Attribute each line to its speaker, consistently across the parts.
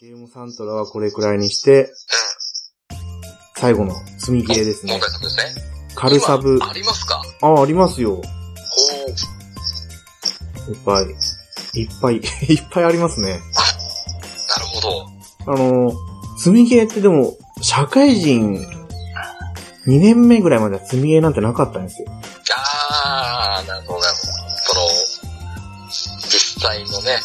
Speaker 1: ゲームサントラはこれくらいにして、最後の積み切れです
Speaker 2: 今
Speaker 1: ね
Speaker 2: 回。のことですね。
Speaker 1: 軽サブ
Speaker 2: 今。ありますか
Speaker 1: あ、ありますよ。
Speaker 2: ほう。
Speaker 1: いっぱい。いっぱい、 いっぱいありますね。
Speaker 2: なるほど。
Speaker 1: あの、積み切れってでも、社会人2年目ぐらいまでは積み切れなんてなかったんですよ。
Speaker 2: あー、なるほど、なるほど。その、実際のね、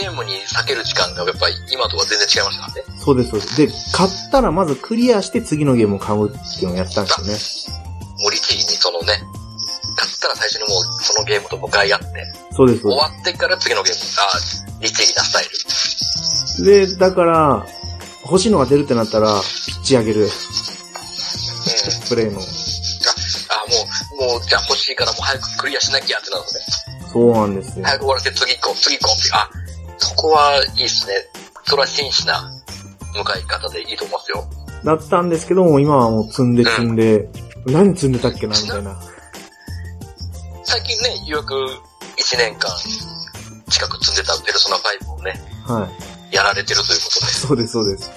Speaker 2: ゲームに避ける時間がやっぱり今とは全然違いましたからね。
Speaker 1: そうです、そうです。で、買ったらまずクリアして次のゲームを買うっていうのをやったんですよね。
Speaker 2: もう律儀にそのね、買ったら最初にもうそのゲームと向かい合って、
Speaker 1: そうです、そうで
Speaker 2: 終わってから次のゲーム、あー、律儀なスタイル。
Speaker 1: す。で、だから、欲しいのが出るってなったら、ピッチ上げる、
Speaker 2: うん。
Speaker 1: プレイの。
Speaker 2: あー、もう、もう、じゃあ欲しいからもう早くクリアしなきゃってなるので、
Speaker 1: そうなんですよ。
Speaker 2: 早く終わらせて次行こう、次行こうって。あ、そこはいいっすね。それは真摯な向かい方でいいと思いますよ。
Speaker 1: だったんですけども、今はもう積んで積んで、何積んでたっけな、みたいな。
Speaker 2: 最近ね、ようやく1年間近く積んでたペルソナ5をね、
Speaker 1: はい。
Speaker 2: やられてるということで、
Speaker 1: そうです、そうです。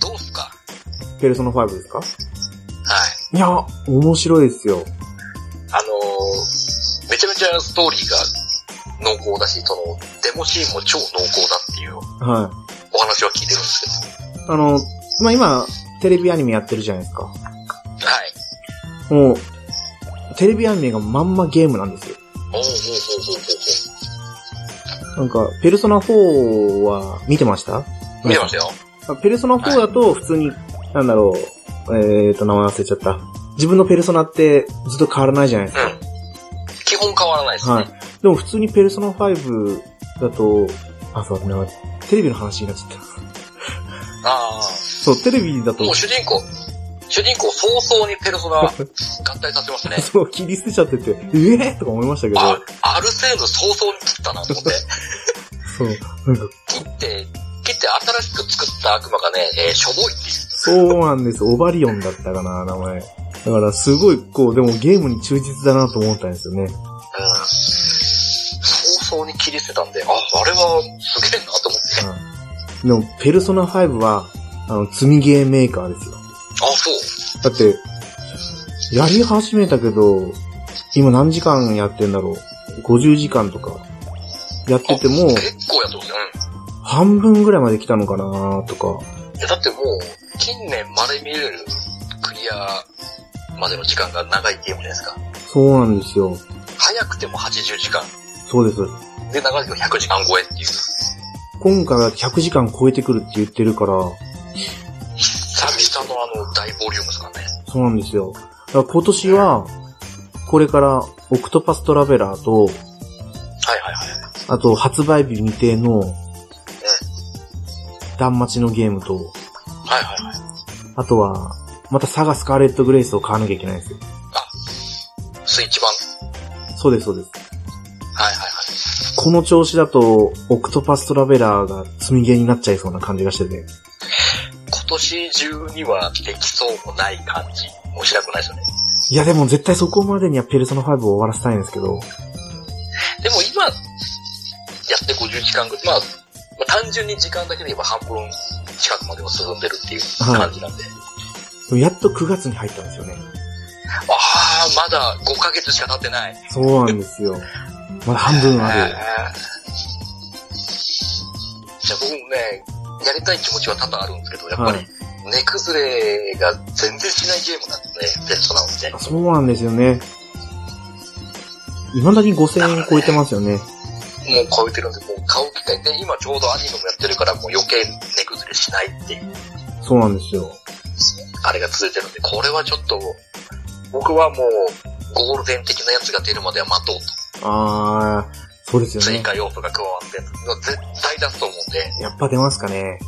Speaker 2: どうっすか
Speaker 1: ペルソナ5ですか
Speaker 2: はい。
Speaker 1: いや、面白いですよ。
Speaker 2: あのー、めちゃめちゃストーリーが濃厚だし、その、デモシーンも超濃厚だっていう
Speaker 1: はい。
Speaker 2: お話は聞いてるんです
Speaker 1: あの、まあ、今、テレビアニメやってるじゃないですか。
Speaker 2: けど。はい。
Speaker 1: もう、テレビアニメがまんまゲームなんですよ。
Speaker 2: おうおうおうおうお
Speaker 1: な
Speaker 2: う
Speaker 1: んか、ペルソナ4は見てました
Speaker 2: おう見てましたよ。
Speaker 1: た。ペルソナ4だと普通に、なんだろう、えーと、名前忘れちゃった。自分のペルソナってずっと変わらないじゃないです
Speaker 2: うん。基本変わらないです
Speaker 1: か。
Speaker 2: ね。
Speaker 1: はい。でも普通にペルソナ5だと、あ、そうだね、テレビの話になっちゃった。
Speaker 2: あ
Speaker 1: そう、テレビだ
Speaker 2: あ、
Speaker 1: と。
Speaker 2: もう、主人公、主人公早々にペルソナ合体させますね
Speaker 1: そう、切り捨てちゃってて、ええー、とか思いましたけど、
Speaker 2: あ、アルセーヌ早々に切ったなと思って。
Speaker 1: そう、なんか、
Speaker 2: 切って、切って新しく作った悪魔がね、えー、しょぼいっていう。
Speaker 1: そうなんです。オバリオンだったかな、名前。だから、すごい、こう、でもゲームに忠実だなと思ったんですよね。
Speaker 2: うん。早々に切り捨てたんで、あ、あれはすげえなと思って。
Speaker 1: でも、ペルソナ5は、あの、積みゲーメーカーですよ。
Speaker 2: あ、そう。
Speaker 1: だって、やり始めたけど、今何時間やってんだろう。50時間とか、やってても、
Speaker 2: 結構やってますよ。
Speaker 1: 半分ぐらいまで来たのかなとか。
Speaker 2: うん。いやだってもう、近年まで見れるクリアまでの時間が長いゲームじゃないですか。
Speaker 1: そうなんですよ。
Speaker 2: 早くても80時間。
Speaker 1: そうです。
Speaker 2: で、長いけど100時間超えっていう。
Speaker 1: 今回は100時間超えてくるって言ってるから、
Speaker 2: 久々のあの大ボリュームですからね。
Speaker 1: そうなんですよ。だから今年は、これから、オクトパストラベラーと、
Speaker 2: はいはいはい。
Speaker 1: あと発売日未定の、断末のゲームと、
Speaker 2: はいはいはい。
Speaker 1: あとは、またサガスカーレットグレイスを買わなきゃいけないんですよ。
Speaker 2: スイッチ版。
Speaker 1: そうです、そうです。
Speaker 2: はいはいはい。
Speaker 1: この調子だと、オクトパストラベラーが積みゲーになっちゃいそうな感じがしてて。
Speaker 2: 今年中にはできそうもない感じ。もしなくないですよね。
Speaker 1: いやでも絶対そこまでにはペルソナ5を終わらせたいんですけど、
Speaker 2: でも今、やって50時間ぐらい、まあ、まあ単純に時間だけで言えば半分近くまでは進んでるっていう感じなんで。
Speaker 1: でもやっと9月に入ったんですよね。
Speaker 2: ああ、まだ5ヶ月しか経ってない。
Speaker 1: そうなんですよ。まだ半分あ
Speaker 2: え
Speaker 1: る。
Speaker 2: ーじゃあ僕もね、やりたい気持ちは多々あるんですけど、やっぱ
Speaker 1: は
Speaker 2: り、
Speaker 1: い。
Speaker 2: 値崩れが全然しないゲームなんですね、テストなので。
Speaker 1: そうなんですよね。未だに5000円超えてますよね。
Speaker 2: もう超えてるんで、もう買う機会で、今ちょうどアニメもやってるから、もう余計値崩れしないっていう、
Speaker 1: そうなんですよ。
Speaker 2: あれが続いてるんで、これはちょっと、僕はもう、ゴールデン的なやつが出るまでは待とうと。
Speaker 1: あー、そうですよ
Speaker 2: 追
Speaker 1: ね。
Speaker 2: 加要素が加わって、絶対出すと思うんで、
Speaker 1: やっぱ出ますかね。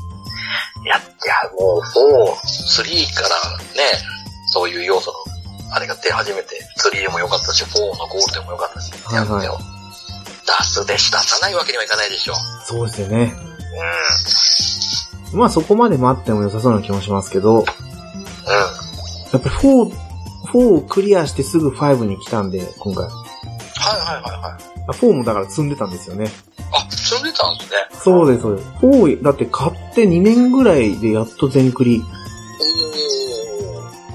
Speaker 2: いや、いや、もう、4、3からね、そういう要素の、あれが出始めて、3も良かったし、4のゴールデンも良かったし、
Speaker 1: はいはい
Speaker 2: やってよ出すでし、出さないわけにはいかないでしょ。
Speaker 1: そうですよね。
Speaker 2: うん、
Speaker 1: まあそこまで待っても良さそうな気もしますけど、
Speaker 2: う
Speaker 1: や
Speaker 2: ん。
Speaker 1: っぱり4、4をクリアしてすぐ5に来たんで、今回。
Speaker 2: はいはいはいはい。
Speaker 1: あ4もだから積んでたんですよね。
Speaker 2: あ、それでたんですね。
Speaker 1: そうです、そうです。多い。だって買って2年ぐらいでやっと全クリ。
Speaker 2: お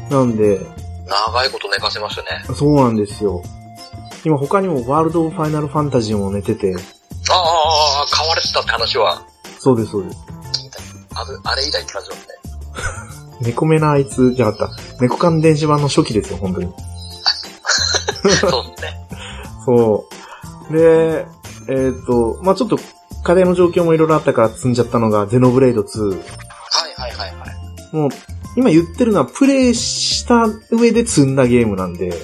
Speaker 2: ー
Speaker 1: なんで、
Speaker 2: 長いこと寝かせましたね。
Speaker 1: そうなんですよ。今他にもワールド・オブ・ファイナル・ファンタジーも寝てて、
Speaker 2: ああ、買われてたって話は、
Speaker 1: そうです、そうです。
Speaker 2: あれあれ以来って感じだもんね。
Speaker 1: 猫目なあいつじゃなかった。猫缶電子版の初期ですよ、本当に。
Speaker 2: そうですね。
Speaker 1: そう。で、えっ、と、まあちょっと、課題の状況もいろいろあったから積んじゃったのが、ゼノブレイド2。
Speaker 2: はいはいはいはい。
Speaker 1: もう、今言ってるのは、プレイした上で積んだゲームなんで、
Speaker 2: だ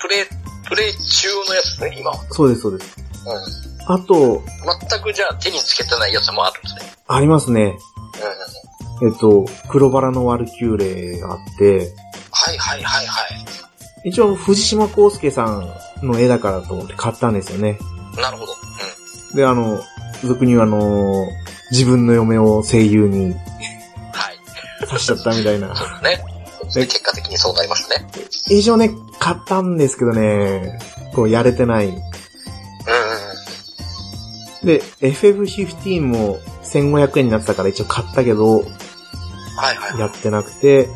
Speaker 2: プレイ、プレイ中のやつですね、今は。
Speaker 1: そうです、そうです。
Speaker 2: う
Speaker 1: あと、
Speaker 2: ん。全くじゃあ手につけてないやつもあるんですね。
Speaker 1: ありますね。
Speaker 2: うんうん。
Speaker 1: えっ、と、黒バラのワルキューレがあって、
Speaker 2: はいはいはいはい。
Speaker 1: 一応藤島康介さんの絵だからと思って買ったんですよね。
Speaker 2: なるほど。うん。
Speaker 1: で、あの、俗に言うあの、自分の嫁を声優に
Speaker 2: はい。
Speaker 1: さしちゃったみたいな。
Speaker 2: ね。
Speaker 1: え
Speaker 2: 結果的にそうなりましたね。
Speaker 1: 以上ね、買ったんですけどね、こうやれてない。
Speaker 2: うんうんうん。
Speaker 1: で、FF15 も1500円になってたから一応買ったけど、
Speaker 2: はいはい。
Speaker 1: やってなくて、
Speaker 2: うん。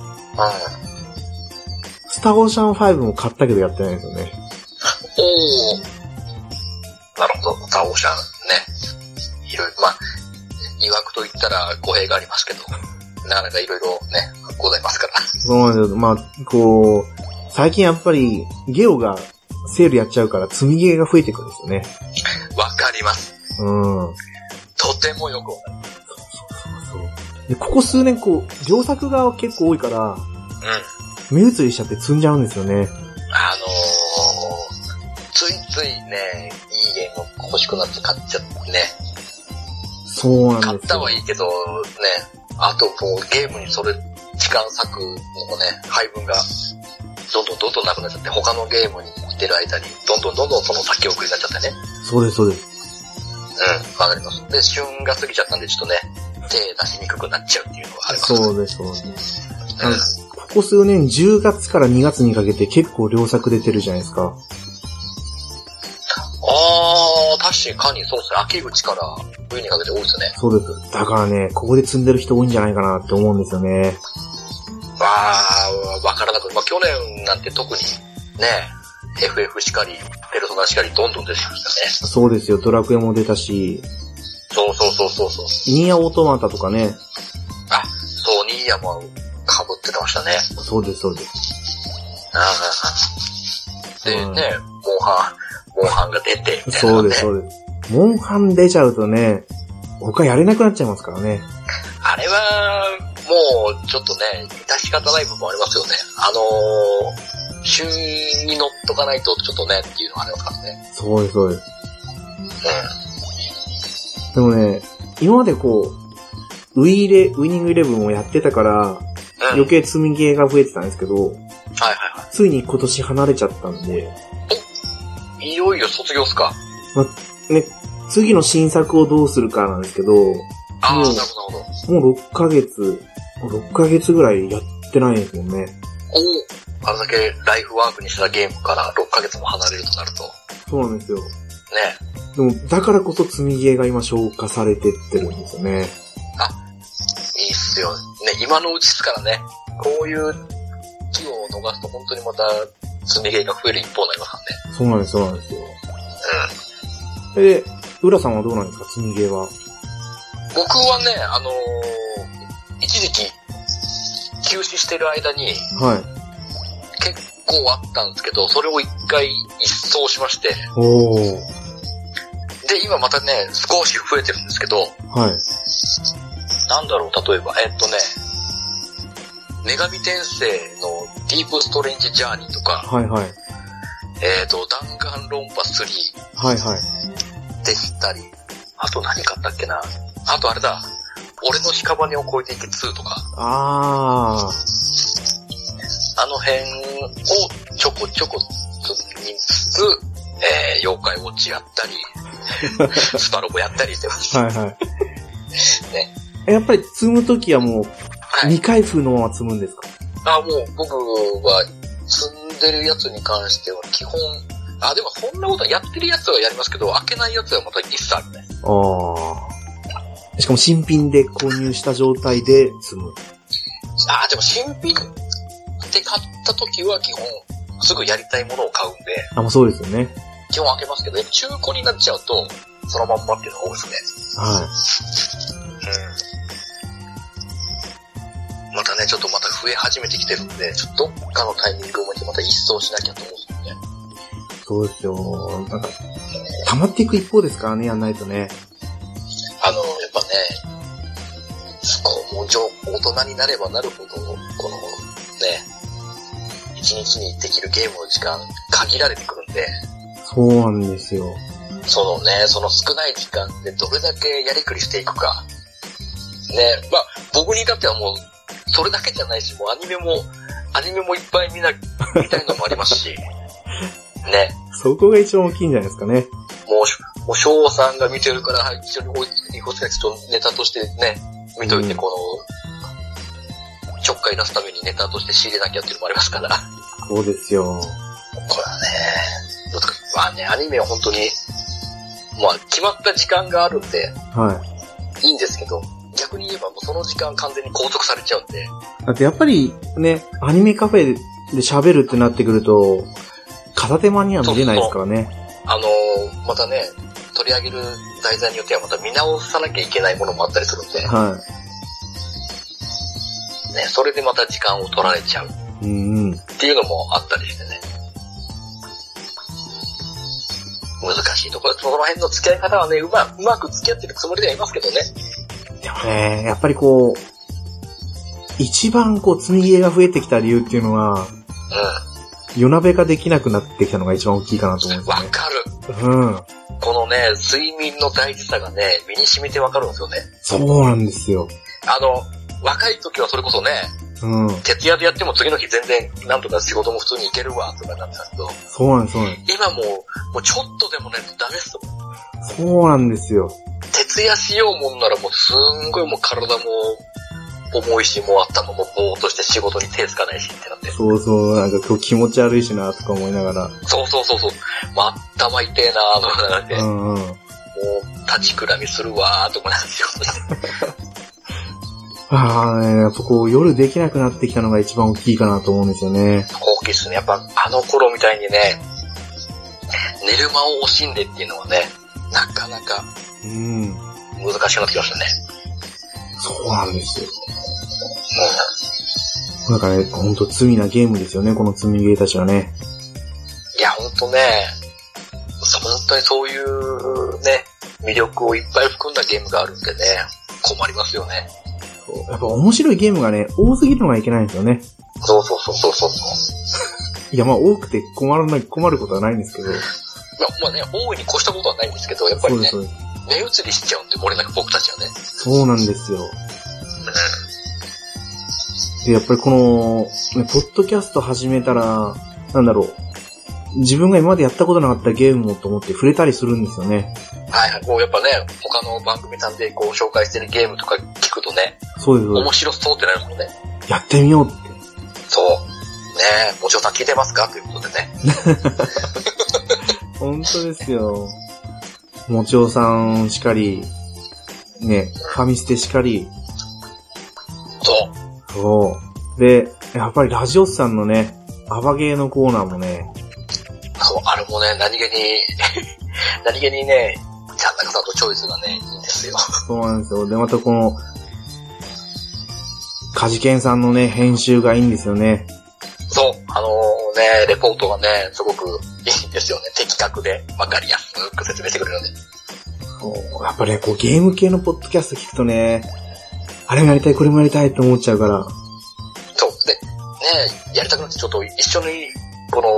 Speaker 1: スターオーシャン5も買ったけどやってないんですよね。
Speaker 2: おお。なるほど。タオシャンね。いろいろ、まあ、曰くと言ったら語弊がありますけど、なかなかいろいろね、ございますから。
Speaker 1: そうなんですよ。まあ、こう、最近やっぱりゲオがセールやっちゃうから積みゲーが増えてくるんですよね。
Speaker 2: わかります。
Speaker 1: うん。
Speaker 2: とてもよくわか
Speaker 1: そう。で、ここ数年こう、良作が結構多いから、
Speaker 2: る。うん。
Speaker 1: 目移りしちゃって積んじゃうんですよね。
Speaker 2: あのー、ついついね、いいゲーム欲しくなって買っちゃってね。
Speaker 1: そうな
Speaker 2: 買
Speaker 1: ん
Speaker 2: っ
Speaker 1: です
Speaker 2: た
Speaker 1: よ。
Speaker 2: はいいけど、ね、あともうゲームにそれ、時間割くのもね、配分が、どんどんどんどんなくなっちゃって、他のゲームに行ってる間に、どんどんどんどんその先送りになっちゃってね。
Speaker 1: そうです、そうです。
Speaker 2: うん、わかります。で、旬が過ぎちゃったんで、ちょっとね、手出しにくくなっちゃうっていうのがあります。
Speaker 1: そうです、そうです。
Speaker 2: うん。
Speaker 1: うんここ数年10月から2月にかけて結構良作出てるじゃないですか。
Speaker 2: あー、確かにそうですね。秋口から冬にかけて多いですね。
Speaker 1: そうです。だからね、ここで積んでる人多いんじゃないかなって思うんですよね。
Speaker 2: わー、わからなくまあ、去年なんて特に、ね、FF しかり、ペルソナしかり、どんどん出てきましたね。
Speaker 1: そうですよ、ドラクエも出たし、
Speaker 2: そうそうそうそうそう。
Speaker 1: ニアオートマタとかね。
Speaker 2: あ、そう、ニーヤも被ってましたね。
Speaker 1: そうです、そうです。
Speaker 2: で、
Speaker 1: うん
Speaker 2: ね、モンハン、モンハンが出て、みたいな
Speaker 1: そう
Speaker 2: ね
Speaker 1: です、そうです。モンハン出ちゃうとね、他やれなくなっちゃいますからね。
Speaker 2: あれは、もう、ちょっとね、致し方ない部分もありますよね。あのー、旬に乗っとかないと、ちょっとね、っていうのがありますからね。
Speaker 1: そうです、そうです。
Speaker 2: う
Speaker 1: でもね、今までこう、ウィーレ、ウィニングイレブンをやってたから、
Speaker 2: ん。うん。
Speaker 1: 余計積みゲーが増えてたんですけど、
Speaker 2: はいはいは
Speaker 1: ついに今年離れちゃったんで、
Speaker 2: い。いよいよ卒業っすか。
Speaker 1: 次の新作をどうするかなんですけど、も
Speaker 2: ああ、な
Speaker 1: う
Speaker 2: るほどなるほど。
Speaker 1: う6ヶ月、6ヶ月ぐらいやってないんですもんね。
Speaker 2: おあれだけライフワークにしたゲームから6ヶ月も離れるとなると、ね。
Speaker 1: そうなんですよ。でも、だからこそ積みゲーが今消化されてってるんですよね。
Speaker 2: いいっすよ。ね、今のうちっすからね。こういう機を逃すと本当にまた積みゲーが増える一方になりますか
Speaker 1: そうなんです、そうなんですよ。
Speaker 2: らね。
Speaker 1: で、浦さんはどうなんですか、積みゲーは。
Speaker 2: うん。僕はね、あのー一時期、休止してる間に
Speaker 1: はい。
Speaker 2: 結構あったんですけど、それを一回一掃しまして、
Speaker 1: おー。
Speaker 2: で、今またね、少し増えてるんですけど、
Speaker 1: はい。
Speaker 2: なんだろう、例えば、えっとね、女神転生のディープストレンジジャーニーとか、
Speaker 1: はいはい。
Speaker 2: えっ、と、弾丸論破3、
Speaker 1: はいはい。
Speaker 2: でしたり、あと何買ったっけな。あとあれだ、俺の屍を越えていけ2とか、
Speaker 1: あー。
Speaker 2: あの辺をちょこちょこ見つつ、えー、妖怪ウォッチやったり、 スパロボやったりしてます。
Speaker 1: はいはい。
Speaker 2: ね
Speaker 1: えやっぱり積むときはもう、
Speaker 2: はい。
Speaker 1: 未開封のまま積むんですか
Speaker 2: あ、もう僕は積んでるやつに関しては基本、あ、でもそんなことやってるやつはやりますけど、開けないやつはまた一切あるね。
Speaker 1: ああ。しかも新品で購入した状態で積む。
Speaker 2: あ、でも新品で買った時は基本、すぐやりたいものを買うんで、
Speaker 1: あ、まあそうですよね。
Speaker 2: 基本開けますけど、やっぱ中古になっちゃうと、そのまんまっていうのが多いですね。
Speaker 1: は
Speaker 2: うんまたね、ちょっとまた増え始めてきてるんで、ちょっとどっかのタイミングを見てまた一掃しなきゃと思うんですよね。
Speaker 1: い。そうですよ。なんか、溜まっていく一方ですからね、やんないとね。
Speaker 2: あの、やっぱね、こう、もうじょ大人になればなるほど、この、ね、一日にできるゲームの時間限られてくるんで、
Speaker 1: そうなんですよ。
Speaker 2: そのね、その少ない時間でどれだけやりくりしていくか。ね、まあ、僕に至ってはもう、それだけじゃないし、もうアニメも、アニメもいっぱい見な、見たいのもあります し、ね、
Speaker 1: そこが一番大きいんじゃないですかね。
Speaker 2: もう、もう翔さんが見てるから、はい一緒に追いついていこうちょっとネタとしてね、見といて、
Speaker 1: うん
Speaker 2: この、ちょっかい出すためにネタとして仕入れなきゃっていうのもありますから。
Speaker 1: そうですよ。
Speaker 2: これはね、まあね、アニメは本当に、まあ決まった時間があるんで、
Speaker 1: はい
Speaker 2: いんですけど、逆に言えばもうその時間完全に拘束されちゃうんで、
Speaker 1: い。だってやっぱりね、アニメカフェで喋るってなってくると、片手間には見れないですからね。
Speaker 2: あのーまたね、取り上げる題材によってはまた見直さなきゃいけないものもあったりするんで、
Speaker 1: は
Speaker 2: ね、それでまた時間を取られちゃうっ
Speaker 1: い。うんうん。
Speaker 2: ていうのもあったりしてね。難しいところ、その辺の付き合い方はね、うま、うまく付き合ってるつもりではいますけどね。
Speaker 1: でもね、やっぱりこう、一番こう積み切れが増えてきた理由っていうのは、夜鍋ができなくなってきたのが一番大きいかなと思う
Speaker 2: うんん。
Speaker 1: で
Speaker 2: わ
Speaker 1: すね。
Speaker 2: かる。
Speaker 1: うん。
Speaker 2: このね、睡眠の大事さがね、身に染みてわかるんですよね。
Speaker 1: そうなんですよ。
Speaker 2: あの、若い時はそれこそね、
Speaker 1: うん。
Speaker 2: 徹夜でやっても次の日全然なんとか仕事も普通に行けるわ、とかなってたけど、
Speaker 1: そうなんです、そうなんで
Speaker 2: 今もう、もうちょっとでもね、ダメっすもん。
Speaker 1: す。そうなんですよ。
Speaker 2: 徹夜しようもんならもうすんごいもう体も重いし、もう頭もぼーっとして仕事に手つかないしってなって。
Speaker 1: そうそう、なんか今日気持ち悪いしな、とか思いなが
Speaker 2: そうそうそうそう。もう頭痛えなーとかなって、
Speaker 1: ら。うん
Speaker 2: も
Speaker 1: うん。
Speaker 2: う立ちくらみするわーとかなって仕事して。
Speaker 1: ああね、やっぱこう夜できなくなってきたのが一番大きいかなと思うんですよね。
Speaker 2: 大きいっすね。やっぱあの頃みたいにね、寝る間を惜しんでっていうのはね、なかなか
Speaker 1: うん。
Speaker 2: 難しくなってきましたね。
Speaker 1: そうなんですよ。なんかね、ほんと罪なゲームですよね、この罪ゲーたちはね。
Speaker 2: いや、ほんとね、そ本当にそういうね、魅力をいっぱい含んだゲームがあるんでね、困りますよね。
Speaker 1: やっぱ面白いゲームがね、多すぎるのがいけないんですよね。
Speaker 2: そうそうそうそうそうそう。
Speaker 1: いや、まあ多くて困らない、困ることはないんですけど。
Speaker 2: まあ、まあね、大いに越したことはないんですけど、やっ
Speaker 1: そ
Speaker 2: ぱり
Speaker 1: うです、
Speaker 2: ね
Speaker 1: そ、うです。
Speaker 2: 目移りしちゃうんで、漏れなく僕たちはね。
Speaker 1: そうなんですよ。で、やっぱりこの、ねポッドキャスト始めたら、なんだろう。自分が今までやったことなかったゲームをと思って触れたりするんですよね。
Speaker 2: はいはい、こうやっぱね、他の番組さんでこう紹介してるゲームとか聞くとね、
Speaker 1: そうです、そうで
Speaker 2: 面白そうってなりますもんね。
Speaker 1: す。やってみようって。
Speaker 2: そう。ねえ、もちろんさん聞いてますかということでね。
Speaker 1: 本当ですよ。もちおさんしかり、ね、ファミステしかり、
Speaker 2: そう。
Speaker 1: そう。で、やっぱりラジオスさんのね、アバゲーのコーナーもね、
Speaker 2: そう、あれもね、何気に、 何気にね、ちゃん中さんとチョイスがね、いいんですよ。
Speaker 1: そうなんですよ。で、またこの、カジケンさんのね、編集がいいんですよね。
Speaker 2: そう、あのね、レポートがね、すごくいいんですよね。的確で、わかりやすく説明してくれるので。
Speaker 1: そうやっぱね、こうゲーム系のポッドキャスト聞くとね、あれもやりたい、これもやりたいと思っちゃうから。
Speaker 2: そう、で、ね、やりたくなって、ちょっと一緒に、この、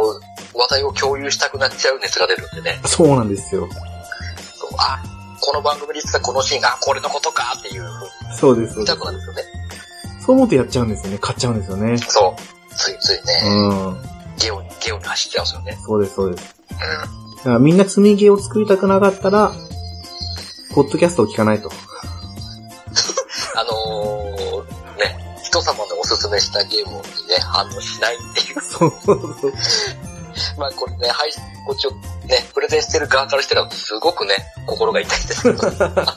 Speaker 2: 話題を共有したくなっちゃう熱が出るんでね。
Speaker 1: そうなんですよ。
Speaker 2: そうあ、この番組で言ってたこのシーンが、あこれのことかっていう、
Speaker 1: そうです、そう
Speaker 2: 見
Speaker 1: で
Speaker 2: た
Speaker 1: す
Speaker 2: く。なるんですよね。
Speaker 1: そう思ってやっちゃうんですよね。買っちゃうんですよね。
Speaker 2: そう。ついついね、
Speaker 1: うん。
Speaker 2: ゲオに、ゲオに走っちゃうんですよね。
Speaker 1: そうです、そうです。だからみんな積みゲーを作りたくなかったら、ポッドキャストを聞かないと。
Speaker 2: あのー、ね、人様のおすすめしたゲームにね、反応しないっていう。
Speaker 1: そうそうそう。
Speaker 2: まあこれね、配信、こっちをね、プレゼンしてる側からしたら、すごくね、心が痛いですけ ど、あれ刺さ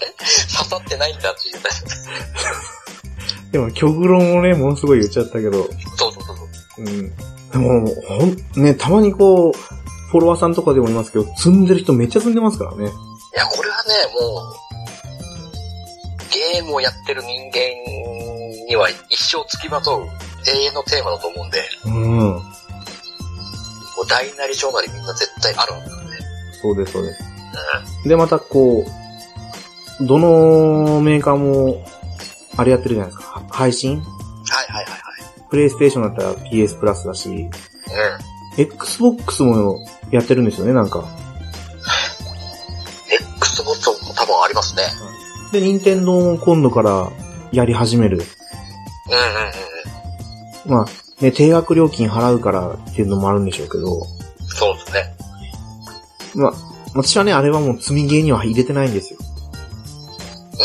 Speaker 2: ってないんだっていう。
Speaker 1: でも、極論をね、ものすごい言っちゃったけど、
Speaker 2: そうそうそうそう。
Speaker 1: うん。でも、ほん、ね、たまにこう、フォロワーさんとかでもいますけど、積んでる人めっちゃ積んでますからね。
Speaker 2: いや、これはね、もう、ゲームをやってる人間には一生付きまとう永遠のテーマだと思うんで、
Speaker 1: うん。
Speaker 2: もう大なり小なりみんな絶対あるんだよね。
Speaker 1: そうです、そうです。で、またこう、どのメーカーも、あれやってるじゃないですか。は配信
Speaker 2: うん。はいはいはい
Speaker 1: プレイステーションだったら PS プラスだし、
Speaker 2: はい。うん。
Speaker 1: Xbox もやってるんですよね、なんか。
Speaker 2: Xbox も多分ありますね。
Speaker 1: で、任天堂も今度からやり始める。
Speaker 2: うんうんうんうん。
Speaker 1: まあ、ね、定額料金払うからっていうのもあるんでしょうけど、
Speaker 2: そうですね。
Speaker 1: まあ、私はね、あれはもう積みゲーには入れてないんですよ。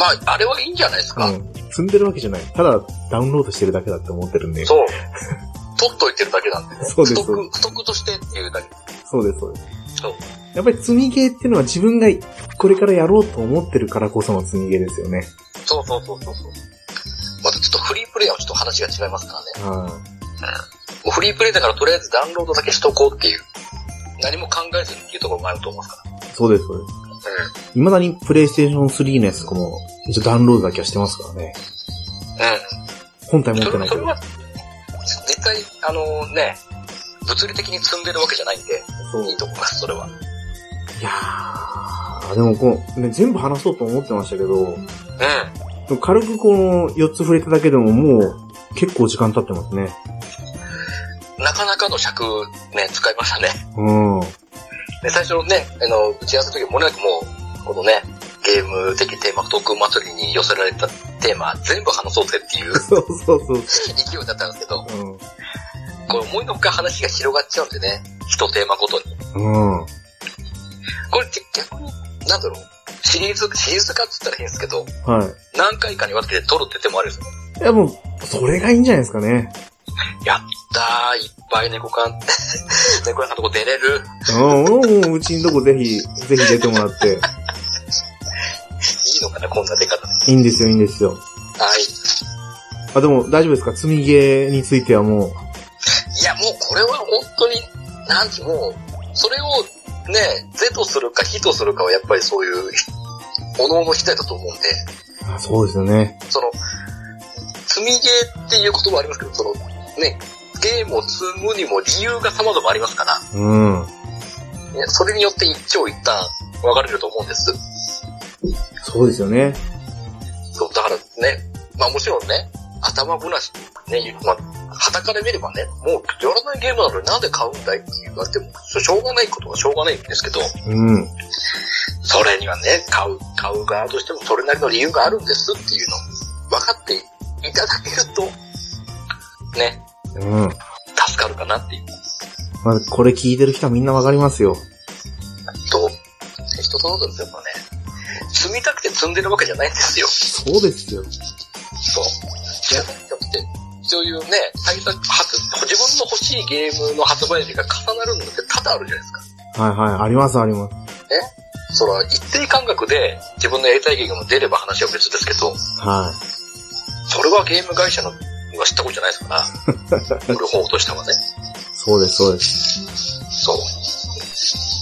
Speaker 2: まあ、あれはいいんじゃないですか。
Speaker 1: うん。積んでるわけじゃない。ただ、ダウンロードしてるだけだって思ってるんで。
Speaker 2: そう。取っといてるだけなんで。
Speaker 1: そうです、
Speaker 2: 不
Speaker 1: そう
Speaker 2: 徳
Speaker 1: で、
Speaker 2: 不徳としてっていうだけ。
Speaker 1: す。そうです、そうです。
Speaker 2: そう。
Speaker 1: やっぱり積みゲーっていうのは自分がこれからやろうと思ってるからこその積みゲーですよね。
Speaker 2: そうそうそうそうそう。またちょっとフリープレイヤーはちょっと話が違いますからね。
Speaker 1: あ
Speaker 2: もうフリープレイだからとりあえずダウンロードだけしとこうっていう。何も考えずにっていうところもあると思いますか
Speaker 1: あ、そうです、そうです。
Speaker 2: ら。うん。
Speaker 1: 未だにプレイステーション3のやつとかも、一応ダウンロードだけはしてますからね。本体
Speaker 2: うん。
Speaker 1: 持っ
Speaker 2: そ
Speaker 1: てな
Speaker 2: れ
Speaker 1: い
Speaker 2: そ
Speaker 1: け
Speaker 2: れ
Speaker 1: ど。
Speaker 2: は、実際、あのね、物理的に積んでるわけじゃないんで、
Speaker 1: そう。
Speaker 2: いいと思います、それは。うん。
Speaker 1: いやー、でもこう、ね、全部話そうと思ってましたけど、軽くこの4つ触れただけでももう結構時間経ってますね。
Speaker 2: なかなかの尺、ね、使いましたね。
Speaker 1: うん。
Speaker 2: で、最初のね、あの、打ち合わせの時ももれなくもう、このね、ゲーム的テーマ、トークン祭りに寄せられたテーマ、全部話そうぜっていう
Speaker 1: そうそうそう。
Speaker 2: 勢いだったんですけど、
Speaker 1: うん。
Speaker 2: これ思いのほか話が広がっちゃうんでね、一テーマごとに。
Speaker 1: うん。
Speaker 2: これって逆に、なんだろう、シリーズ、シリーズ化って言ったら変ですけど、
Speaker 1: は
Speaker 2: 何回かに分けて撮るって手もあるんですよ。
Speaker 1: い。いやもう、それがいいんじゃないですかね。
Speaker 2: やったー、いっぱい猫缶、 猫屋さんとこ出れる。
Speaker 1: うん、もううちのとこぜひ、ぜひ出てもらって。
Speaker 2: いいのかな、こんな出方。
Speaker 1: いいんですよ、いいんですよ。
Speaker 2: はい。
Speaker 1: あ、でも大丈夫ですか積みゲーについてはもう。
Speaker 2: いや、もうこれは本当に、なんてもう、それをね、是とするか非とするかはやっぱりそういう、おのおの次第だと思うんで、
Speaker 1: あそうですよね。
Speaker 2: その、積みゲーっていう言葉ありますけど、その、ね、ゲームを積むにも理由が様々ありますから、
Speaker 1: うん。
Speaker 2: ね、それによって一長一短分かれると思うんです。
Speaker 1: そうですよね。
Speaker 2: そう、だからね、まあもちろんね、頭ごなしにね、まあ、旗から見ればね、もうやらないゲームなのになんで買うんだいって言われても、しょうがないことはしょうがないんですけど、
Speaker 1: うん。
Speaker 2: それにはね、買う、買う側としてもそれなりの理由があるんですっていうのを分かっていただけると、ね、
Speaker 1: うん。
Speaker 2: 助かるかなっていう。
Speaker 1: まあ、これ聞いてる人はみんなわかりますよ。
Speaker 2: と、人それぞれですよ、やっぱね。積みたくて積んでるわけじゃないんですよ。
Speaker 1: そうですよ。
Speaker 2: そう。じゃなくて、そういうね、対策、発自分の欲しいゲームの発売日が重なるのって多々あるじゃないですか。
Speaker 1: はいはい。ありますあります。
Speaker 2: その、一定間隔で自分のやりたいゲームが出れば話は別ですけど、
Speaker 1: は
Speaker 2: それはゲーム会社のは知ったことじゃないですから、売る方としてはね。
Speaker 1: い。そうですそうです。
Speaker 2: そう。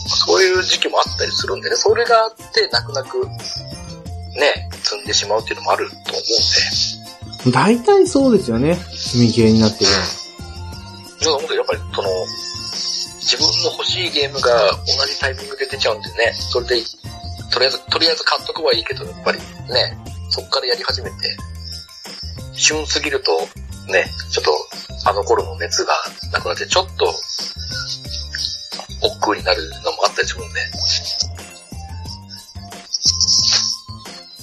Speaker 2: そういう時期もあったりするんでね、それがあって、泣く泣く、ね、積んでしまうっていうのもあると思うんで、
Speaker 1: 大体そうですよね。積みゲーになってる
Speaker 2: そう思うとやっぱり、その、自分の欲しいゲームが同じタイミングで出ちゃうんでね、それで、とりあえず、とりあえず買っとくはいいけど、やっぱりね、そっからやり始めて、旬すぎると、ね、ちょっと、あの頃の熱がなくなって、ちょっと、億劫になるのもあったりするんで、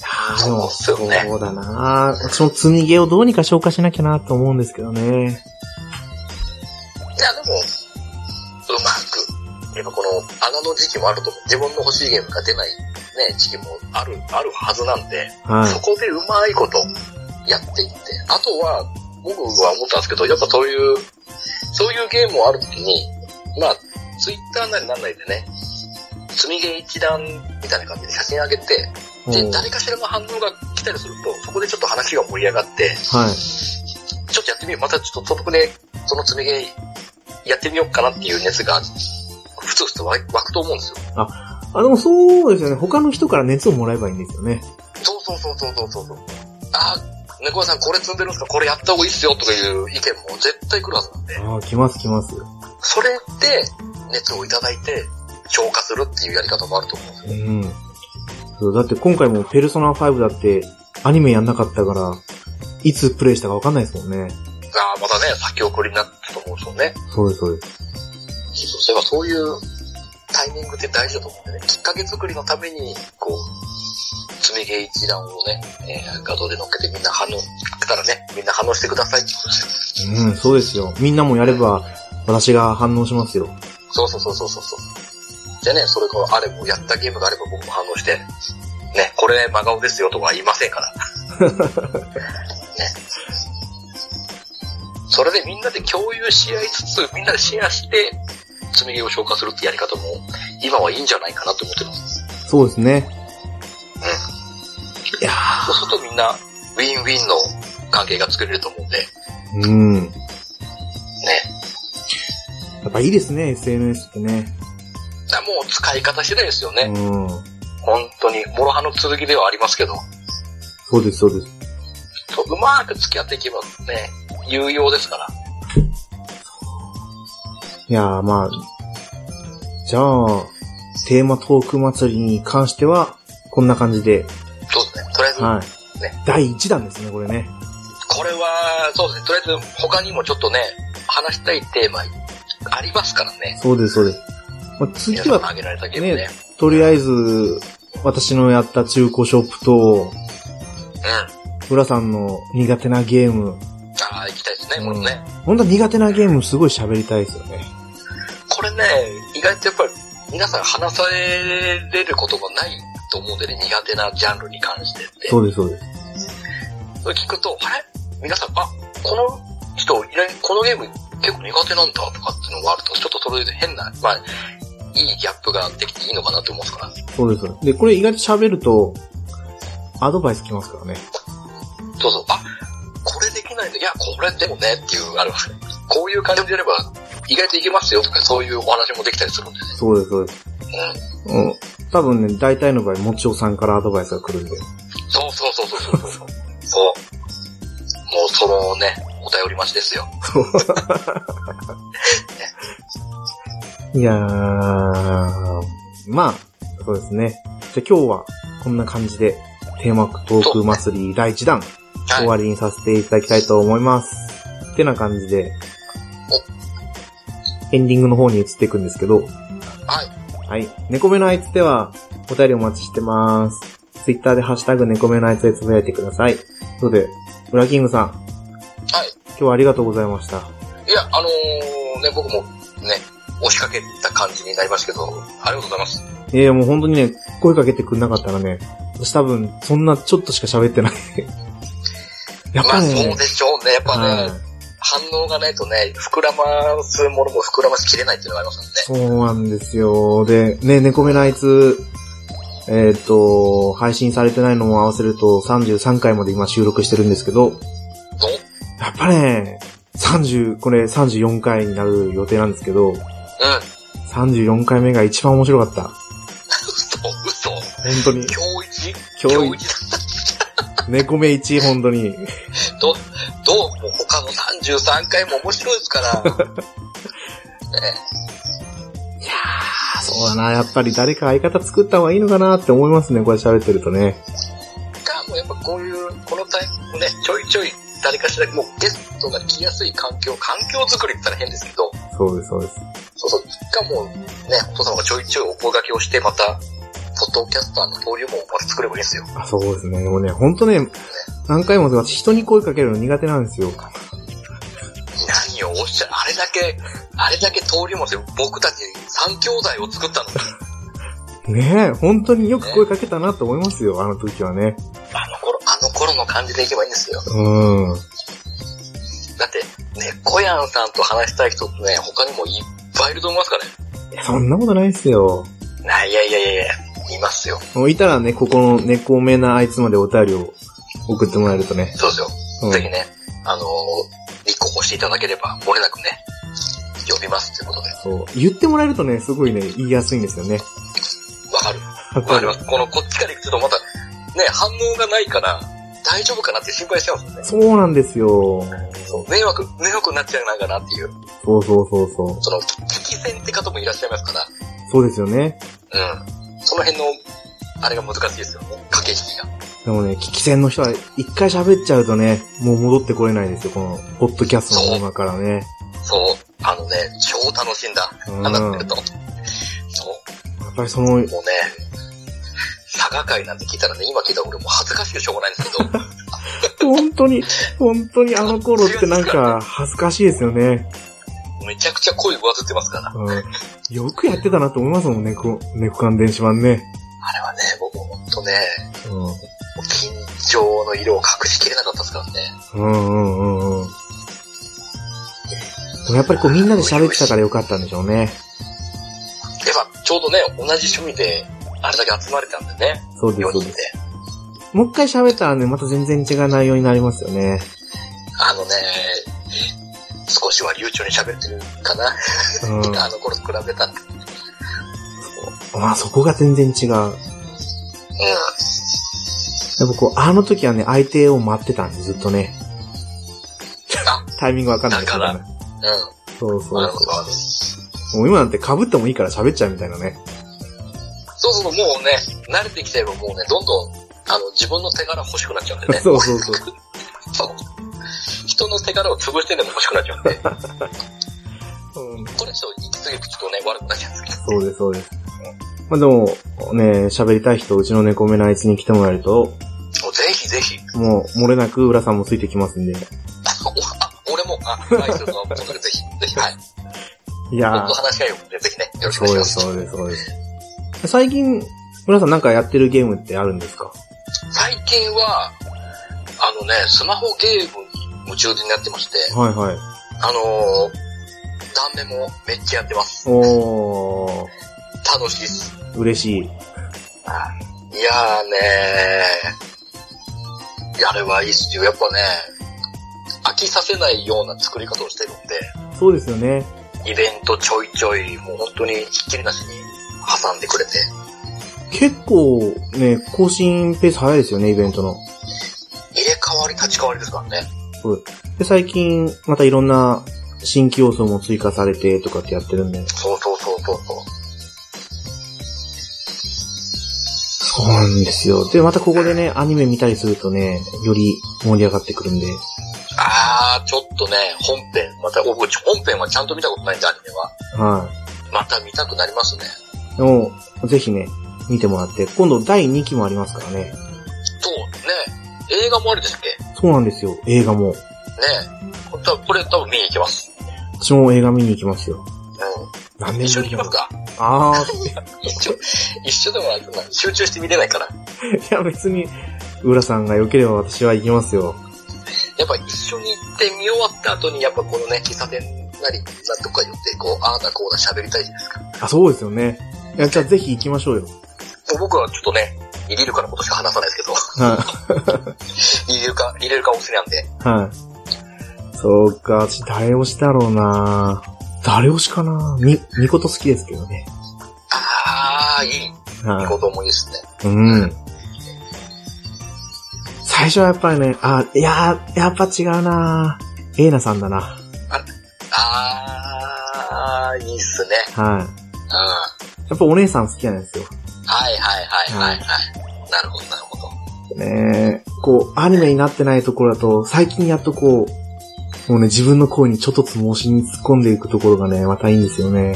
Speaker 1: あ
Speaker 2: ーでもそうね
Speaker 1: そうだなその積みゲーをどうにか消化しなきゃなと思うんですけどね。
Speaker 2: いや、でも、うまく、やっぱこの穴の時期もあると思う。自分の欲しいゲームが出ない、ね、時期もある、あるはずなんで、
Speaker 1: はい
Speaker 2: そ。こでうまいことやっていって、あとは、僕は思ったんですけど、やっぱそういう、そういうゲームをある時に、まあ、ツイッターなりなんなりでね、積みゲー一覧みたいな感じで写真上げて、で、誰かしらの反応が来たりすると、そこでちょっと話が盛り上がって、
Speaker 1: はい。
Speaker 2: ちょっとやってみよう、またちょっと届くね、その積みゲーやってみようかなっていう熱が、ふつふつと湧くと思うんですよ。
Speaker 1: あ、でもそうですよね。他の人から熱をもらえばいいんですよね。
Speaker 2: そうそうそうそうそうそうそう。あー、猫屋さんこれ積んでるんですかこれやった方がいいっすよとかいう意見も絶対来るはずなんで、
Speaker 1: ああ、来ます来ます。
Speaker 2: それで熱をいただいて消化するっていうやり方もあると思うんですよ。
Speaker 1: うん。そうだって今回もペルソナ5だってアニメやんなかったから、いつプレイしたかわかんないですもんね。
Speaker 2: ああ、またね、先送りになったと思うんですよね。
Speaker 1: そうです、そうです。
Speaker 2: そうそういえばそういうタイミングって大事だと思うんでね、きっかけ作りのために、こう、積みゲー一覧をね、えー画像で乗っけてみんな反応、来たらね、みんな反応してくださいってことですよ。
Speaker 1: うん、そうですよ。みんなもやれば私が反応しますよ。
Speaker 2: そうそうそうそうそうそう。じゃあね、それがあれも、やったゲームがあれば僕も反応して、ね、これ真顔ですよとは言いませんから。ね。 それでみんなで共有し合いつつ、みんなでシェアして、積み毛を消化するってやり方も、今はいいんじゃないかなと思ってます。
Speaker 1: そうですね。いや
Speaker 2: そうするとみんな、ウィンウィンの関係が作れると思うんで、ね。
Speaker 1: ーうん。やっぱいいですね、SNS ってね。
Speaker 2: だからもう使い方次第ですよね。
Speaker 1: うん。
Speaker 2: 本当に、諸刃の剣ではありますけど。
Speaker 1: そうです、そうです。
Speaker 2: そう、うまく付き合っていけばね、有用ですから。
Speaker 1: いやーまあ、じゃあ、テーマトーク祭りに関しては、こんな感じで、
Speaker 2: そうですね。とりあえず、
Speaker 1: はい。
Speaker 2: ね
Speaker 1: 第1弾ですね、これね。
Speaker 2: これは、そうですね。とりあえず、他にもちょっとね、話したいテーマありますからね。
Speaker 1: そうです、そうです。まあ、次
Speaker 2: 皆さん
Speaker 1: は、
Speaker 2: 挙げられたゲームね。
Speaker 1: ねとりあえず、私のやった中古ショップと、
Speaker 2: うん。
Speaker 1: 浦さんの苦手なゲーム。
Speaker 2: ああ、行きたいですね、
Speaker 1: うん
Speaker 2: これもね。
Speaker 1: 本当は苦手なゲームすごい喋りたいですよね。
Speaker 2: これね、意外とやっぱり、皆さん話されることがないと思うんでね、苦手なジャンルに関してって。
Speaker 1: そうです、そうです。
Speaker 2: それ聞くと、あれ皆さん、あ、この人、いないこのゲーム結構苦手なんだとかっていうのがあると、ちょっとそれで変な、まあ、いいギャップができていいのかなと思うんですから。
Speaker 1: そうです、そうです。で、これ意外と喋ると、アドバイスきますからね。
Speaker 2: そうそう、あ、これできないのいや、これでもねっていう、あの、こういう感じでやれば、意外といけますよとか、そういうお話もできたりするんでね。
Speaker 1: そうです、そうです。うん。多分ね、大体の場合、もちおさんからアドバイスが来るんで。
Speaker 2: そうそうそうそうそうそう。そう。もうそのね、お便り待ちですよ。
Speaker 1: いやー、まあ、そうですね。じゃあ今日はこんな感じで、テーマトーク祭り第1弾、
Speaker 2: は
Speaker 1: 終
Speaker 2: い。
Speaker 1: わりにさせていただきたいと思います。ってな感じで、エンディングの方に移っていくんですけど、
Speaker 2: はい。
Speaker 1: はい。猫目のあいつでは、お便りお待ちしてます。ツイッターでハッシュタグ猫目のあいつでつぶやいてください。ということで、ウラキングさん、
Speaker 2: はい。
Speaker 1: 今日はありがとうございました。
Speaker 2: いや、あのー、ね、僕もね、押しかけた感じになりましたけど、ありがとうございます。
Speaker 1: ええもう本当にね、声かけてくんなかったらね、私多分、そんなちょっとしか喋ってない。 やっ
Speaker 2: ま
Speaker 1: ぱ
Speaker 2: あ、
Speaker 1: ね、
Speaker 2: そうでしょうね。やっぱね、
Speaker 1: はい
Speaker 2: 反応がないとね、膨らますものも膨らましきれないっていうのがありますもんね。
Speaker 1: そうなんですよ。で、ね、猫目のあいつ、えっ、と、配信されてないのも合わせると33回まで今収録してるんですけど、
Speaker 2: ど
Speaker 1: やっぱね、30、これ34回になる予定なんですけど、
Speaker 2: うん。
Speaker 1: 34回目が一番面白かった。
Speaker 2: 嘘、嘘。
Speaker 1: 本当に。
Speaker 2: 今日一
Speaker 1: 今日、
Speaker 2: 一だ。
Speaker 1: 猫目1、本当に。
Speaker 2: ど、どうもう他の33回も面白いですから。
Speaker 1: あそうだな、やっぱり誰か相方作った方がいいのかなって思いますね、これ喋ってるとね。
Speaker 2: しかもやっぱこういう、このタイプね、ちょいちょい誰かしら、もうゲストが来やすい環境、環境作りって言ったら変ですけど、
Speaker 1: そうです、そうです。
Speaker 2: そうそう、しかもね、お父さんがちょいちょいお声掛けをして、また、ポッドキャスターの交流もまた作ればいいですよ。
Speaker 1: あ、そうですね。でもね、ほんとね、何回も私人に声かけるの苦手なんですよ。
Speaker 2: 何をおっしゃる、あれだけ、あれだけ登竜門ですよ。僕たち三兄弟を作ったのに、
Speaker 1: ねえ、本当によく声かけたなと思いますよ、あの時はね。
Speaker 2: あの頃、あの頃の感じでいけばいいんですよ。
Speaker 1: うん。
Speaker 2: だって、ね、コヤンさんと話したい人ってね、他にもいっぱいいると思いますからね。
Speaker 1: いやそんなことないっすよ。
Speaker 2: あいやいやいやいや、いますよ。
Speaker 1: もういたらね、ここの猫めなあいつまでお便りを送ってもらえるとね。
Speaker 2: そうですよ。
Speaker 1: うん
Speaker 2: ぜひね、あのー、立候補していただければ、漏れなくね、呼びますということで。
Speaker 1: そう。言ってもらえるとね、すごいね、言いやすいんですよね。
Speaker 2: わかる。わかります。この、こっちから行くとまた、ね、反応がないから、大丈夫かなって心配しちゃうんですよね。
Speaker 1: そうなんですよ。
Speaker 2: そう。迷惑、迷惑になっちゃうないかなっていう、
Speaker 1: そうそうそうそう。
Speaker 2: その、き危機戦って方もいらっしゃいますか
Speaker 1: そうですよね。
Speaker 2: ら、うん。その辺の、あれが難しいですよね。駆け引きが。
Speaker 1: でもね、聞き戦の人は一回喋っちゃうとね、もう戻ってこれないですよ、この、ポッドキャストの今からね。
Speaker 2: そう。あのね、超楽しいんだ。
Speaker 1: うん。や
Speaker 2: 話してる
Speaker 1: っ
Speaker 2: と。そう。
Speaker 1: ぱりその、
Speaker 2: もうね、佐賀会なんて聞いたらね、今聞いたら俺もう恥ずかしくてしょうがないんですけ ど、
Speaker 1: 本当に、本当にあの頃ってなんか恥ずかしいですよね。
Speaker 2: めちゃくちゃ声上ずってますから。
Speaker 1: うん。よくやってたなと思いますもん、猫、猫缶電子版ね。
Speaker 2: あれはね、僕もほんとね、
Speaker 1: うん。
Speaker 2: もう緊張の色を隠しきれなかったですからね。
Speaker 1: うんうんうんうん。でもやっぱりこうみんなで喋ってたからよかったんでしょうね。
Speaker 2: でまあちょうどね、同じ趣味で、あれだけ集まれたんでね、
Speaker 1: そうで
Speaker 2: 4
Speaker 1: す、そ
Speaker 2: 人
Speaker 1: うで。。
Speaker 2: です
Speaker 1: もう一回喋ったらね、また全然違う内容になりますよね。
Speaker 2: あのね、少しは流暢に喋ってるかな、
Speaker 1: うん。
Speaker 2: あの頃と比べたら。うん。
Speaker 1: まあそこが全然違う。やっぱこう、あの時はね、相手を待ってたんで、ずっとね。タイミングわかんない
Speaker 2: だから
Speaker 1: ね。
Speaker 2: う
Speaker 1: そうそ
Speaker 2: ん。あ
Speaker 1: う
Speaker 2: の
Speaker 1: そ、う。もう今なんて被ってもいいから喋っちゃうみたいなね。
Speaker 2: そうそう、もうね、慣れてきてればもうね、どんどん、あの、自分の手柄欲しくなっちゃうんで ね。
Speaker 1: そうそうそう。
Speaker 2: そう人の手柄を潰してでも欲しくなっち ゃうんで、
Speaker 1: うん
Speaker 2: これちょっと行き過ぎるとちょっとね、悪くなっちゃうんです
Speaker 1: そうです、そうです。まあでも、ね、喋りたい人、うちの猫目のあいつに来てもらえると、
Speaker 2: けど、もうぜひぜひ、
Speaker 1: もう、漏れなく浦さんもついてきますんで。
Speaker 2: おあ俺も、あ、愛するのは僕からぜひ、 ぜひ、はい。
Speaker 1: いや
Speaker 2: 僕と話し合いをね、ぜひね、よろ
Speaker 1: ー、
Speaker 2: し
Speaker 1: そ
Speaker 2: くお願
Speaker 1: う
Speaker 2: い
Speaker 1: で
Speaker 2: し
Speaker 1: す、
Speaker 2: ます。
Speaker 1: そうです、そうです。最近、浦さんなんかやってるゲームってあるんですか
Speaker 2: 最近は、あのね、スマホゲームに夢中になってまして、
Speaker 1: はいはい。
Speaker 2: あのー、断面もめっちゃやってます。
Speaker 1: おー、
Speaker 2: 楽しいっす。
Speaker 1: 嬉しい。
Speaker 2: いやーねー、やればいいっすよ。やっぱね、飽きさせないような作り方をしてるんで、
Speaker 1: そうですよね。
Speaker 2: イベントちょいちょい、もう本当にひっきりなしに挟んでくれて。
Speaker 1: 結構、ね、更新ペース早いですよね、イベントの。
Speaker 2: 入れ替わり立ち替わりですからね。
Speaker 1: で、最近、またいろんな新規要素も追加されてとかってやってるんで。
Speaker 2: そうそうそうそうそう。
Speaker 1: そうなんですよ。で、またここでね、アニメ見たりするとね、より盛り上がってくるんで。
Speaker 2: あー、ちょっとね、本編、また、僕、本編はちゃんと見たことないんで、アニメは。
Speaker 1: は
Speaker 2: また見たくなりますね。
Speaker 1: い。でも、ぜひね、見てもらって。今度第2期もありますからね。
Speaker 2: そうね。映画もあるでしたっけ
Speaker 1: そうなんですよ、映画も。
Speaker 2: ねこれ多分これ多分見に行きます。
Speaker 1: 私も映画見に行きますよ。
Speaker 2: う
Speaker 1: 何
Speaker 2: ん。一
Speaker 1: 年ぶ
Speaker 2: 緒に
Speaker 1: り
Speaker 2: 行き
Speaker 1: だ
Speaker 2: ます
Speaker 1: ろう
Speaker 2: か
Speaker 1: あ
Speaker 2: 一緒、一緒でもあるな集中して見れないから。
Speaker 1: ー、いや別に、浦さんが良ければ私は行きますよ。
Speaker 2: やっぱ一緒に行って見終わった後に、やっぱこのね、喫茶店なり、なんとか寄って、こう、ああだこうだ喋りたいじゃないですか。
Speaker 1: あ、そうですよね。いや、じゃあぜひ行きましょうよ。
Speaker 2: もう僕はちょっとね、入れるかのことしか話さないですけど、
Speaker 1: は
Speaker 2: 入れるか、入れるかおすすめなんで。
Speaker 1: い。はい。そうか、私誰推しだろうな誰推しかなみ、みこと好きですけどね。
Speaker 2: ああ、いい。いい
Speaker 1: は
Speaker 2: こと思いですね。
Speaker 1: い。うん。最初はやっぱりね、あ、いやー、やっぱ違うなエイナさんだな。
Speaker 2: ああ、いいっすね。
Speaker 1: はい。
Speaker 2: うん。は
Speaker 1: やっぱお姉さん好きなんですよ。
Speaker 2: いはいはいはいはい。なるほどなるほど。
Speaker 1: ねえ、こう、アニメになってないところだと、最近やっとこう、もうね、自分の声にちょっとつ申しに突っ込んでいくところがね、またいいんですよね。
Speaker 2: へえ。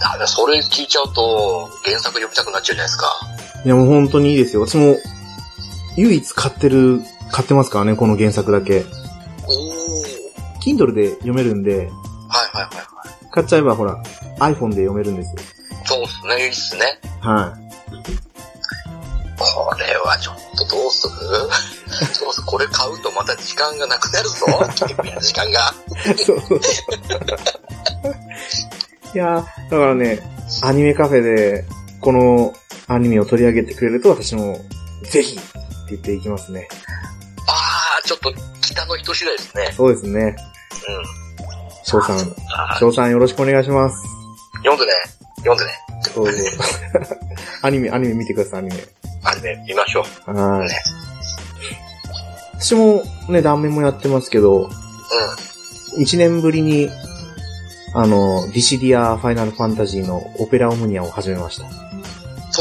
Speaker 2: だからそれ聞いちゃうと、原作読みたくなっちゃうじゃないですか。
Speaker 1: いや、もう本当にいいですよ。私も、唯一買ってる、買ってますからね、この原作だけ。
Speaker 2: おお。
Speaker 1: Kindle で読めるんで、
Speaker 2: はいはいはいは
Speaker 1: 買っちゃえばほら、iPhone で読めるんですよ。
Speaker 2: い。そうっすね、いいっすね。
Speaker 1: はい。
Speaker 2: これはちょっとどうする どうするこれ買うとまた時間がなくなるぞ。時間が。
Speaker 1: そう。 いやー、だからね、アニメカフェで、このアニメを取り上げてくれると私も、ぜひって言っていきますね。
Speaker 2: あー、ちょっと北の人次第ですね。
Speaker 1: そうですね。
Speaker 2: うん。
Speaker 1: 翔さん、
Speaker 2: あー
Speaker 1: 翔さんよろしくお願いします。
Speaker 2: 読んでね。読んでね。
Speaker 1: ど うぞ。アニメ、アニメ見てください、アニメ。
Speaker 2: アニメ見ましょう。
Speaker 1: はい
Speaker 2: ね。
Speaker 1: 私もね、断面もやってますけど、
Speaker 2: う
Speaker 1: 1年ぶりに、あの、ディシディア・ファイナル・ファンタジーのオペラ・オムニアを始めました。
Speaker 2: ん。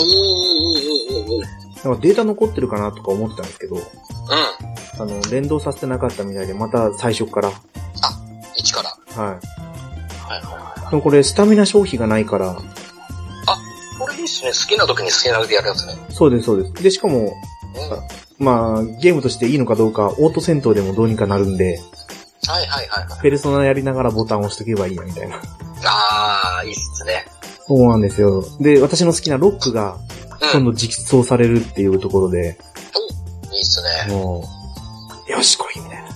Speaker 2: うん。うん。うん。うん。
Speaker 1: なんかデータ残ってるかなとか思ってたんですけど、
Speaker 2: うん。
Speaker 1: あの、連動させてなかったみたいで、また最初から。
Speaker 2: 一から。
Speaker 1: は。
Speaker 2: はいはいはい
Speaker 1: でもこれ、スタミナ消費がないから、
Speaker 2: い。これいいっすね。好きな時に好きな時でやるやつね。
Speaker 1: そうです、そうです。で、しかも、
Speaker 2: うん。はい
Speaker 1: まあ、ゲームとしていいのかどうか、オート戦闘でもどうにかなるんで、
Speaker 2: はいはいはい。
Speaker 1: ペルソナやりながらボタンを押しとけばいいや、みたいな。
Speaker 2: あー、いいっすね。
Speaker 1: そうなんですよ。で、私の好きなロックが、
Speaker 2: う
Speaker 1: 今
Speaker 2: ん。
Speaker 1: 度実装されるっていうところで、
Speaker 2: いいっすね。
Speaker 1: もう、よし、こい、みたいな。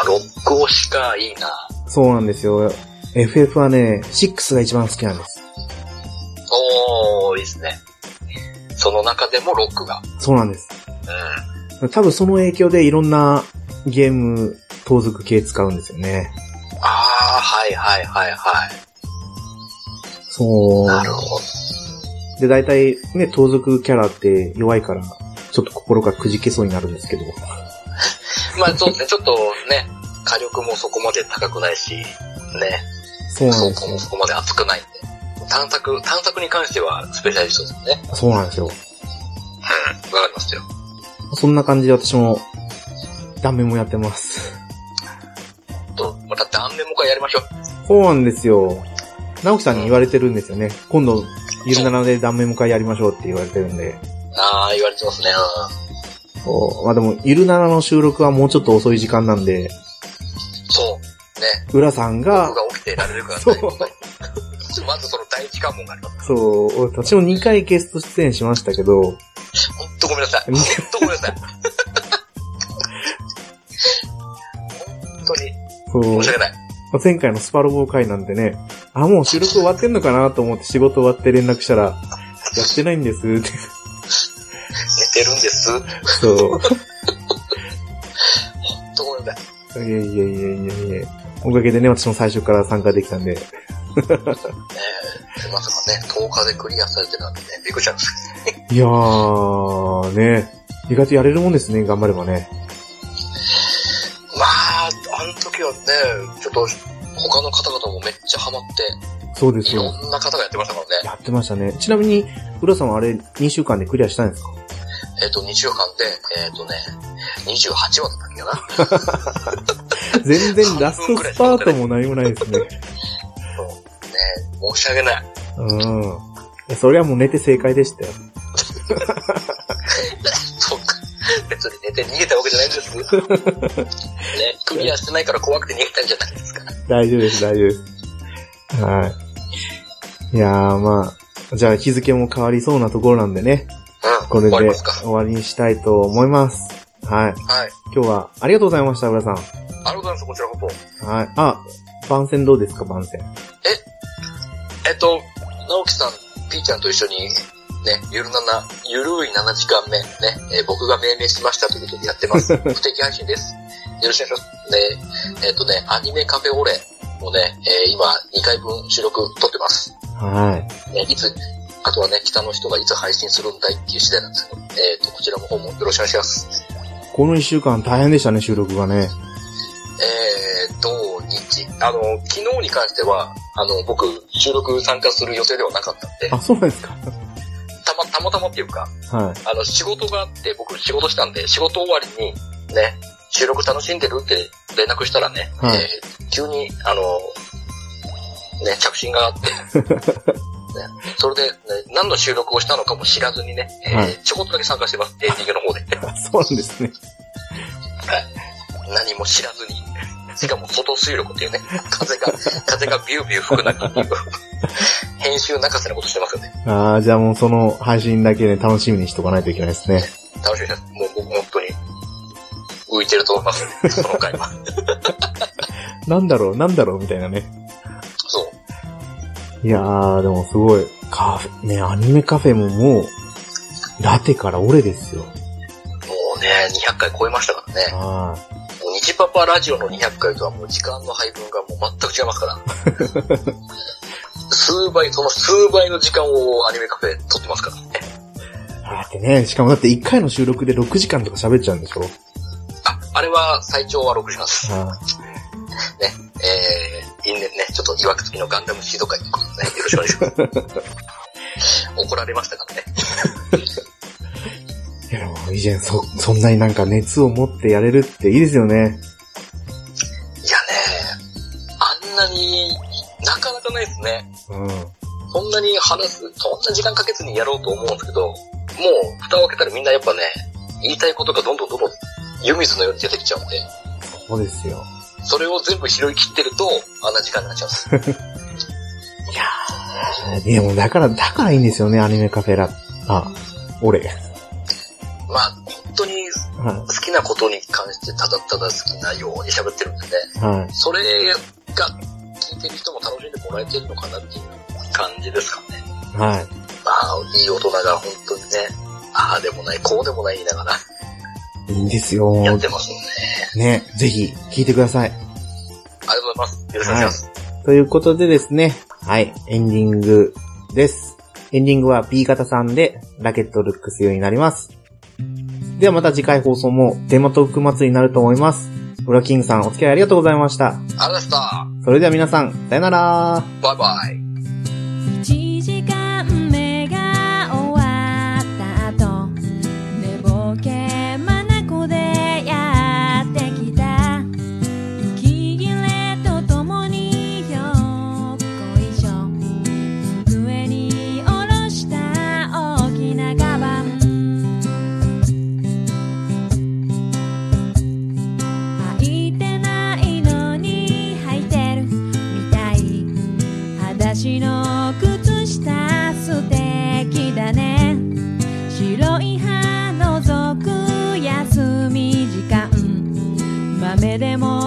Speaker 2: あ、ロック押しか、いいな。
Speaker 1: そうなんですよ。FF はね、6が一番好きなんです。
Speaker 2: おー、いいっすね。その中でもロックが。
Speaker 1: そうなんです。
Speaker 2: うん。
Speaker 1: 多分その影響でいろんなゲーム、盗賊系使うんですよね。
Speaker 2: あー、はいはいはいはい。
Speaker 1: そう。
Speaker 2: なるほど。
Speaker 1: で、大体ね、盗賊キャラって弱いから、ちょっと心がくじけそうになるんですけど。
Speaker 2: まあそうですね、ちょっとね、火力もそこまで高くないし、ね、
Speaker 1: そうなん
Speaker 2: 装
Speaker 1: です
Speaker 2: 甲
Speaker 1: よ
Speaker 2: も。そこまで厚くないんで。探索、探索に関してはスペシャリストですね。
Speaker 1: そうなんですよ。
Speaker 2: うん、わかりますよ。
Speaker 1: そんな感じで私も、断面もやってます。
Speaker 2: と、また断面もかやりましょう。
Speaker 1: そうなんですよ。直樹さんに言われてるんですよね。今度、ゆるならで断面も会やりましょうって言われてるんで。
Speaker 2: あー、言われてますね。
Speaker 1: そうまあでも、ゆるならの収録はもうちょっと遅い時間なんで、
Speaker 2: うん、そう。ね、
Speaker 1: 浦さんが
Speaker 2: 僕、が起きてられるから、ね、
Speaker 1: そう
Speaker 2: まずその第一関門があります。
Speaker 1: そう、私も2回ゲスト出演しましたけど、
Speaker 2: ほんとごめんなさい。ほんとごめんなさい。本当に、
Speaker 1: そう
Speaker 2: 申し訳ない。
Speaker 1: まあ前回のスパロボー会なんでね、あ、もう収録終わってんのかなと思って仕事終わって連絡したら、やってないんですって。
Speaker 2: 寝てるんです。ほん
Speaker 1: そ
Speaker 2: とごめんなさい。
Speaker 1: う。いえいえいえいえいえ。おかげでね、私も最初から参加できたんで。
Speaker 2: ねえ、まさかね、10日でクリアされてなんてね、びっくりしちゃいました。
Speaker 1: いやー、ね。意外とやれるもんですね、頑張ればね。
Speaker 2: まあ、あの時はね、ちょっと、他の方々もめっちゃハマって、
Speaker 1: そうです
Speaker 2: いろ
Speaker 1: よ。
Speaker 2: んな方がやってましたからね。
Speaker 1: やってましたね。ちなみに、浦さんはあれ、2週間でクリアしたんですか
Speaker 2: えっ、と、2週間で、えっ、とね、28話だったっけかな。
Speaker 1: 全然ラストスパートも何もないですね。
Speaker 2: ね申し訳ない。
Speaker 1: うん。いやそれはもう寝て正解でしたよ。
Speaker 2: そうか。別に寝て逃げたわけじゃないんです。ね、クリアしてないから怖くて逃げたんじゃないですか。
Speaker 1: 大丈夫です、大丈夫です。はい。いやー、まあ、じゃあ日付も変わりそうなところなんでね、
Speaker 2: うん。
Speaker 1: これ
Speaker 2: 終わり
Speaker 1: で
Speaker 2: ますか。
Speaker 1: 終わりにしたいと思います。はい。
Speaker 2: はい。
Speaker 1: 今日はありがとうございました、浦さん。
Speaker 2: ありがとうございます、こちらこそ。
Speaker 1: はい。あ、番宣どうですか、番宣。
Speaker 2: えっ、と、直樹さん、ピーちゃんと一緒に、ね、ゆるなな、ゆるい7時間目、ね、えー僕が命名しましたということでやって ます。不定期配信です。よろしくお願いします。で、えっ、とね、アニメカフェオレもね、えー今2回分収録撮ってます。
Speaker 1: は
Speaker 2: ね、いつ、あとはね、北の人がいつ配信するんだいっていう次第なんですけど、えっ、と、こちらの方もよろしくお願いします。
Speaker 1: い。この一週間大変でしたね、収録がね。
Speaker 2: えー、土日、あの、昨日に関しては、あの、僕、収録参加する予定ではなかったんで、
Speaker 1: あ、そうなんですか。
Speaker 2: たま、たまたまっていうか、
Speaker 1: はい。
Speaker 2: あの、仕事があって、僕仕事したんで、仕事終わりに、ね、収録楽しんでるって連絡したらね、
Speaker 1: はい
Speaker 2: えー急に、あの、ね、着信があって、ね、 それで、ね、何の収録をしたのかも知らずにね、えー
Speaker 1: はい
Speaker 2: ちょこっとだけ参加してます、エンディングの方で。
Speaker 1: あそうなんですね。
Speaker 2: 何も知らずに。しかも外水力っていうね、風が、風がビュービュー吹く中っていう、編集泣かせなことしてますよね。
Speaker 1: あー、じゃあもうその配信だけね、楽しみにしとかないといけないですね。
Speaker 2: 楽しみです。もう僕本当に浮いてると思います、ね、その回は。
Speaker 1: なんだろう、なんだろう、みたいなね。
Speaker 2: そう。
Speaker 1: いやー、でもすごい、カフェ、ね、アニメカフェももう、ラテから俺ですよ。
Speaker 2: もうね、200回超えましたからね。
Speaker 1: は
Speaker 2: もう日パパラジオの200回とはもう時間の配分がもう全く違いますから。数倍、その数倍の時間をアニメカフェで撮ってますからね。
Speaker 1: い。だってね、しかもだって1回の収録で6時間とか喋っちゃうんでしょ
Speaker 2: あ、あれは最長は6時間です。
Speaker 1: は
Speaker 2: えー、因縁ね、ちょっと曰くつきのガンダムシード会ということでね、よろしくお願いします。 怒られましたからね。
Speaker 1: い。いや、でも以前そ、そんなになんか熱を持ってやれるっていいですよね。
Speaker 2: いやね、あんなになかなかないですね。
Speaker 1: うん。
Speaker 2: そんなに話す、そんな時間かけずにやろうと思うんですけど、もう蓋を開けたらみんなやっぱね、言いたいことがどんどんどんどん湯水のように出てきちゃうんで、
Speaker 1: そうですよ。
Speaker 2: それを全部拾い切ってると、あんな時間になっちゃうんです。
Speaker 1: でもだから、だからいいんですよね、アニメカフェラ。あ、俺。
Speaker 2: まあ、本当に
Speaker 1: は
Speaker 2: 好きなことに関してただただ好きなように喋ってるんでね、
Speaker 1: い。はい。
Speaker 2: それが聞いてる人も楽しんでもらえてるのかなっていう感じですかね。
Speaker 1: はい。
Speaker 2: まあ、いい大人が本当にね、ああでもない、こうでもない言いながら
Speaker 1: いいんですよ。
Speaker 2: やってますもんね。
Speaker 1: ね、ぜひ、聞いてください。
Speaker 2: ありがとうございます。よろしくお願いします。
Speaker 1: ということでですね、はい、エンディングです。エンディングは B 型さんで、ラケットルックス用になります。ではまた次回放送も、テーマトーク祭りになると思います。ウラキングさん、お付き合いありがとうございました。
Speaker 2: ありがとうございました。
Speaker 1: それでは皆さん、さよなら
Speaker 2: バイバイ。
Speaker 3: 1時間目が終わった後寝ぼけまなこでやってきた息切れとともによっこいしょ机に下ろした大きなカバン履いてないのに履いてるみたい裸足の靴下素敵だね白い歯のぞく休み時間豆でも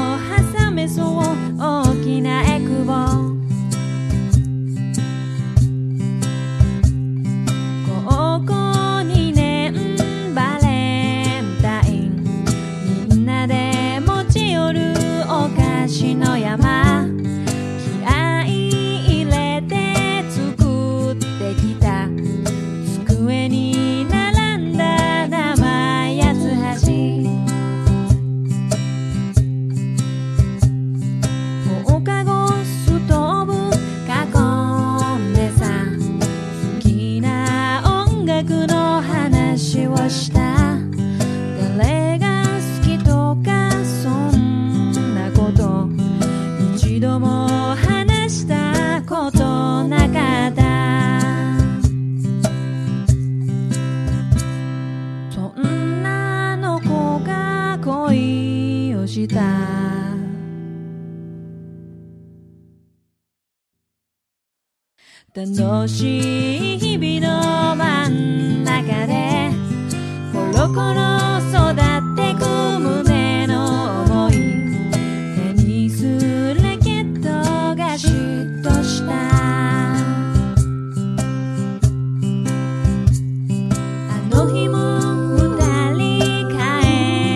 Speaker 3: 挟めそう大きなエクボ高校2年バレンタインみんなで持ち寄るお菓子の山「気合い入れて作ってきた」「机に並んだ生八つ橋」「放課後ストーブ囲んでさ」「好きな音楽の話をした」「誰が好きとかそんなこと」一度も話したことなかったそんなの子が恋をした楽しい日々の真ん中でコロコロ育ってく胸の思い手にするラケットが嫉妬したあの日も二人帰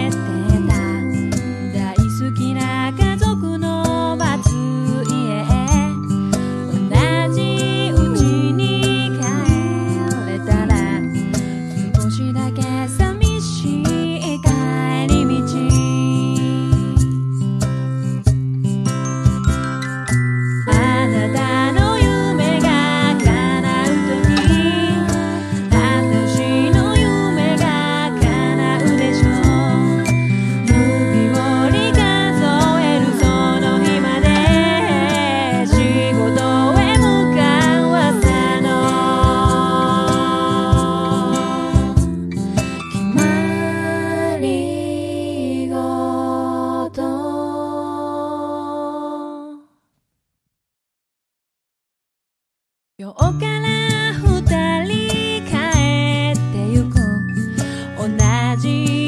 Speaker 3: ってた大好きな家族の松家へ同じうちに帰れたら少しだけ寂しい帰り道あなたの夢が叶うとき私の夢が叶うでしょう指折り数えるその日まで仕事へ向かう朝の決まり事今日から二人帰ってゆく同じ